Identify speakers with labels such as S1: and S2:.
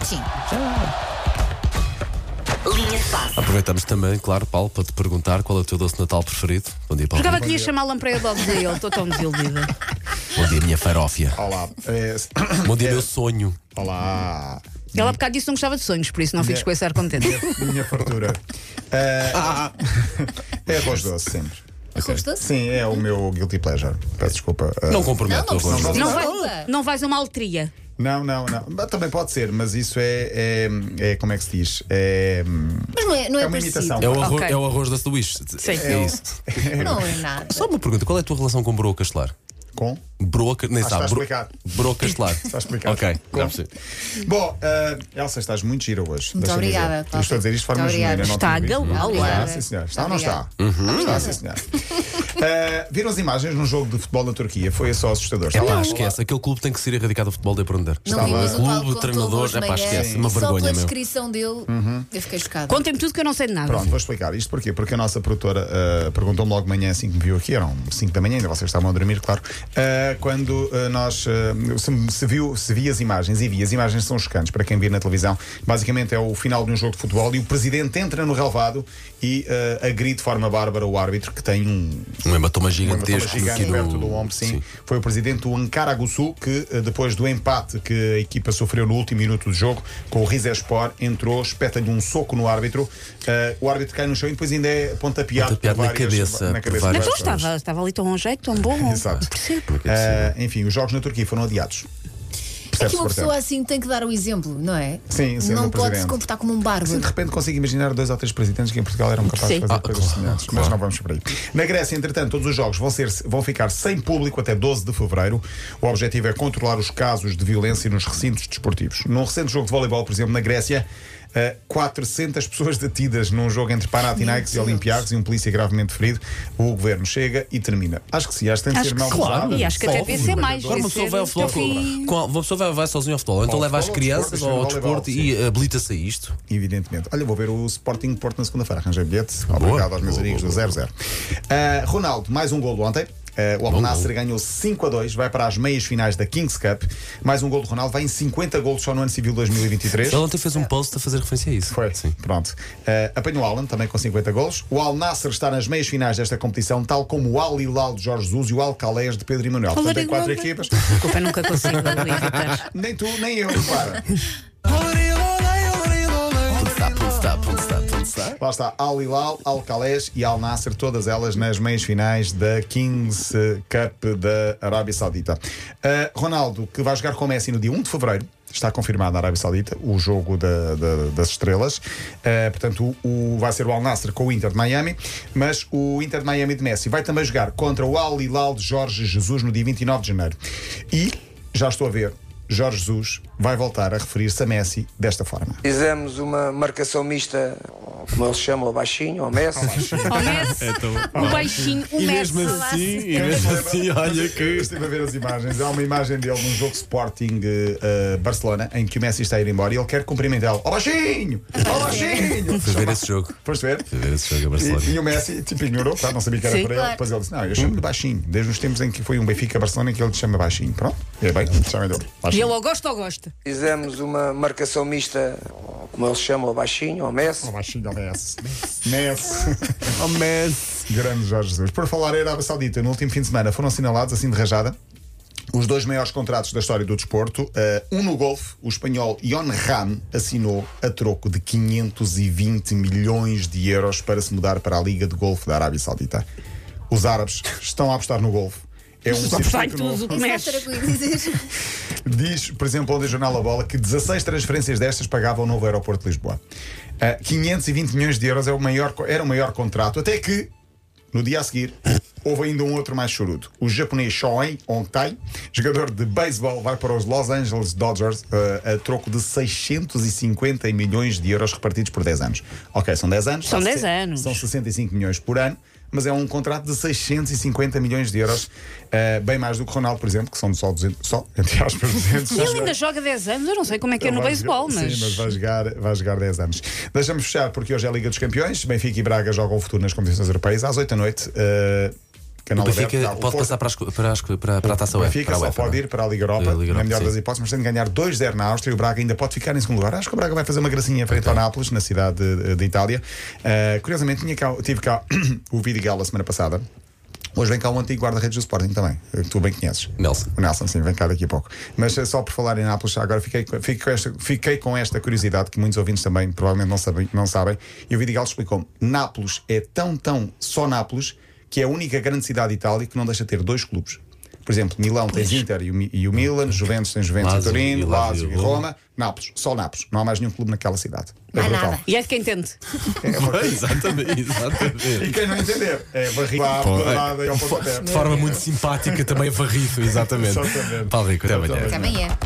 S1: assim. Linha de passe.
S2: Aproveitamos também, claro, Paulo, para te perguntar qual é o teu doce de Natal preferido. Bom dia, Paulo.
S3: Jogava que lhe ia chamar lampreia de ovos a ele, estou tão desiludida.
S2: Bom dia, minha farófia.
S4: Olá. É-
S2: Bom dia, meu sonho.
S4: Olá.
S3: Ela há bocado disse um que não gostava de sonhos, por isso não fiques com esse ar contente.
S4: Minha fartura. É, é arroz doce, sempre.
S1: Arroz doce?
S4: Sim, é o meu guilty pleasure. Peço desculpa. É,
S2: Não comprometo
S1: Não, não
S2: o arroz.
S1: precisa.
S3: Não,
S1: Não.
S3: vai, não vais a uma altria.
S4: não, não, não. Mas Também pode ser, mas isso é. é, é- como é que se diz? É,
S1: Mas não é, não é,
S4: É uma
S1: parecido.
S4: imitação.
S2: É o arroz,
S3: Ok.
S2: é o arroz da sanduíche.
S3: Sim.
S2: É isso.
S1: Não é nada.
S2: Só uma pergunta, qual é a tua relação com broa castelar?
S4: com.
S2: Broa, ca- nem
S4: Ah,
S2: sabe.
S4: está
S2: Bro-
S4: explicado.
S2: Broa castelar. Está
S4: explicado.
S2: Ok,
S4: Com-
S2: já percebi.
S4: Bom, eh, Elsa, estás muito gira hoje.
S1: Muito
S4: Deixa-me dizer.
S1: obrigada, Paulo.
S4: Eu Estou a dizer isto de forma
S1: Muito
S4: genuína.
S1: obrigada.
S4: não
S3: Está
S4: tenho visto.
S3: galão.
S4: Está,
S1: Obrigada.
S4: sim, senhor. Está ou não
S1: Obrigada. Uhum.
S4: está? Está, sim, senhor. Eh, viram as imagens num jogo de futebol na Turquia? Foi só assustador.
S2: É
S4: Estava
S2: pá,
S4: a-
S2: esquece. Aquele clube tem que ser erradicado do futebol de aprender.
S1: Não vi, mas o Paulo
S2: clube,
S1: contou
S2: treinador,
S1: hoje de
S2: é pá,
S1: manhã,
S2: esquece. Uma
S1: Só
S2: vergonha,
S1: pela
S2: meu.
S1: descrição dele,
S4: Uhum.
S1: eu fiquei chocada.
S3: Contem-me tudo que eu não sei de nada.
S4: Pronto, vou explicar isto porquê? Porque a nossa produtora ah, perguntou-me logo de manhã, assim que me viu aqui, eram 5 da manhã, ainda vocês estavam a dormir, claro. ah, quando ah, nós ah, se, se viu, se vi as imagens e vi, as imagens são chocantes para quem vê na televisão. Basicamente é o final de um jogo de futebol e o presidente entra no relvado e ah, agride de forma bárbara o árbitro que tem um,
S2: Um hematoma
S4: uma toma
S2: gigantesco
S4: gigante
S2: aqui
S4: perto
S2: no-
S4: do ombro, sim. Foi o presidente do Ankara Gusu que, eh, depois do empate que a equipa sofreu no último minuto do jogo, com o Rizespor, entrou, espeta-lhe um soco no árbitro. eh, o árbitro cai no chão e depois ainda é pontapeado,
S2: Pontapeado
S4: por
S2: na cabeça,
S4: na cabeça
S2: por várias
S4: de
S3: Então
S4: várias pessoas.
S3: estava, estava ali tão um jeito, tão bom.
S4: Exato.
S3: Percebo.
S2: é
S4: Eh, enfim, os jogos na Turquia foram adiados.
S1: É
S4: Percebe-se,
S1: que uma
S4: portanto.
S1: pessoa assim tem que dar o exemplo, não é?
S4: Sim, sendo
S1: Não
S4: o
S1: pode se
S4: presidente.
S1: comportar como um
S4: Sim,
S1: bárbaro.
S4: de repente consigo imaginar dois ou três presidentes que em Portugal eram capazes
S3: Sim.
S4: de fazer
S2: Ah,
S4: coisas
S2: claro,
S4: semelhantes, mas
S2: claro.
S4: não vamos por aí. Na Grécia, entretanto, todos os jogos vão, ser, vão ficar sem público até 12 de fevereiro. O objetivo é controlar os casos de violência nos recintos desportivos. Num recente jogo de voleibol, por exemplo, na Grécia. eh, 400 pessoas detidas num jogo entre Panathinaikos e
S1: Meu Deus.
S4: Olympiacos e um polícia gravemente ferido. O governo chega e termina. Acho que sim, acho que tem de
S3: Acho
S4: ser
S3: que
S4: mal
S3: sim.
S4: usado.
S3: E acho que até devia ser mais.
S2: Agora uma pessoa
S3: devia ser
S2: vai ao
S3: até
S2: futebol.
S3: ao fim.
S2: Com- Uma pessoa vai, vai sozinho ao futebol. Então
S4: Ao
S2: leva as
S4: futebol, ao
S2: crianças
S4: desporto,
S2: ao
S4: ao voleibol,
S2: desporto e eh, habilita-se a isto.
S4: Evidentemente. Olha, vou ver o Sporting Porto na segunda-feira. Arranjei bilhete.
S2: Ah, Boa.
S4: Obrigado aos meus
S2: Boa,
S4: amigos
S2: boa,
S4: do 00. Ah, Ronaldo, mais um gol ontem. Ah, o Al Nasser ganhou 5 a 2, vai para as meias finais da Kings Cup. Mais um gol do Ronaldo, vai em 50 golos só no ano civil 2023.
S2: Ela ontem fez um post a fazer referência a isso.
S4: é. Foi,
S2: Sim.
S4: pronto. Ah, apanhou o Alan, também com 50 golos. O Al Nasser está nas meias finais desta competição, tal como o Al Hilal de Jorge Jesus e o Al Calés de Pedro Emanuel. Portanto, tem quatro
S3: Olarigola.
S4: equipas.
S3: Desculpa, eu nunca consigo evitar.
S4: Nem tu, nem eu, repara.
S2: Onde está, onde está, onde está, onde está?
S4: Lá está Al Hilal, Al Kalesh e Al Nasser, todas elas nas meias finais da Kings eh, Cup da Arábia Saudita. Ah, Ronaldo, que vai jogar com o Messi no dia 1 de fevereiro. Está confirmado na Arábia Saudita o jogo da- da- das estrelas. Ah, portanto, o, o- vai ser o Al Nasser com o Inter de Miami. Mas o Inter de Miami de Messi vai também jogar contra o Al Hilal de Jorge Jesus no dia 29 de janeiro. E já estou a ver, Jorge Jesus vai voltar a referir-se a Messi desta forma.
S5: Fizemos uma marcação mista, como ele se chama, ao baixinho, ao Messi.
S3: O Messi, o baixinho, o
S2: Então, E
S3: Um Messi. um
S2: mesmo assim, e mesmo assim, olha
S4: Eu
S2: que.
S4: estive a ver as imagens. Há uma imagem dele num jogo Sporting eh, eh, Barcelona em que o Messi está a ir embora e ele quer cumprimentá-lo. Ó baixinho! Ó baixinho!
S2: Fui ver esse jogo.
S4: Foste ver?
S2: Fui ver esse jogo a Barcelona.
S4: E, e o Messi tipo ignorou, claro, não sabia que era
S3: Sim,
S4: para ele.
S1: claro.
S4: Depois ele disse: Não, eu chamo-lhe baixinho. Desde os tempos em que foi um Benfica Barcelona em que ele te chama baixinho. Pronto, é bem, chama-lhe
S3: E ele
S4: baixinho.
S3: ou gosta ou gosta.
S5: Fizemos uma marcação mista, como ele se chama, ao baixinho, ao Messi.
S4: Ó baixinho, ó Messi. Messi. Grande Jorge Jesus. Por falar em Arábia Saudita, no último fim de semana foram assinalados, assim de rajada, os dois maiores contratos da história do desporto. Uh, um no golfe, o espanhol Ion Ram assinou a troco de 520 milhões de euros para se mudar para a Liga de Golfe da Arábia Saudita. Os árabes estão a apostar no golfe. É um
S3: Vai
S4: circuito novo.
S3: tudo, o
S1: Exato, era o que
S3: Messi.
S1: eu ia dizer.
S4: Diz, por exemplo, onde é o Jornal A Bola que 16 transferências destas pagavam o novo aeroporto de Lisboa. Ah, 520 milhões de euros é o maior, co- era o maior contrato, até que, no dia a seguir, houve ainda um outro mais chorudo. O japonês Shohei Ontai, jogador de beisebol, vai para os Los Angeles Dodgers ah, a troco de 650 milhões de euros repartidos por 10 anos. Ok, são 10 anos.
S3: São
S4: se-
S3: 10 anos.
S4: São 65 milhões por ano. Mas é um contrato de 650 milhões de euros, ah, bem mais do que Ronaldo, por exemplo, que são só 200, só, entre aspas, 200.
S3: E ele ainda joga 10 anos, eu não sei como é que é
S4: Ele
S3: no
S4: vai
S3: beisebol,
S4: jogar- Sim, mas
S3: mas.
S4: vai jogar, vai jogar 10 anos. Deixamos fechar porque hoje é a Liga dos Campeões. Benfica e Braga jogam o futuro nas competições europeias às 8 da noite. eh, Canal
S2: o Benfica
S4: aberto, não,
S2: pode
S4: o Porto-
S2: passar para, as, para, as, para, para a taça
S4: O
S2: UEFA.
S4: Benfica
S2: para a
S4: só
S2: UEFA,
S4: pode
S2: não é?
S4: ir para a Liga Europa,
S2: Da Liga
S4: na
S2: Europa,
S4: melhor
S2: sim.
S4: das hipóteses, mas tem de ganhar 2-0 na Áustria e o Braga ainda pode ficar em segundo lugar. Acho que o Braga vai fazer uma gracinha frente ao Nápoles, na cidade eh, de, de Itália. Ah, curiosamente, tinha cá, tive cá o Vidigal a semana passada. Hoje vem cá um antigo guarda-redes do Sporting também, eh, que tu bem conheces.
S2: Nelson.
S4: O Nelson, sim, vem cá daqui a pouco. Mas eh, só por falar em Nápoles, já agora fiquei, fiquei, com esta, fiquei com esta curiosidade que muitos ouvintes também provavelmente não sabem. Não sabem e o Vidigal explicou-me: Nápoles é tão, tão só Nápoles que é a única grande cidade de Itália que não deixa ter dois clubes. Por exemplo, Milão tens Inter e o, Mi- e o Milan, Juventus tem Juventus
S2: Lazio
S4: e Torino,
S2: e
S4: Lazio
S2: Lazio
S4: e
S2: e
S4: Roma, Nápoles, só Nápoles. Não há mais nenhum clube naquela cidade. É
S1: Não há
S4: brutal.
S1: nada.
S3: E é de quem entende.
S4: É,
S2: exatamente,
S4: E
S2: exatamente.
S4: quem não entender, é barriga à
S2: Pô,
S4: pedrada e ao
S2: de fo-
S4: pontapé.
S2: de forma muito simpática, também varrido, exatamente.
S4: Exatamente.
S2: Paulo Rico, até amanhã.
S1: Até amanhã.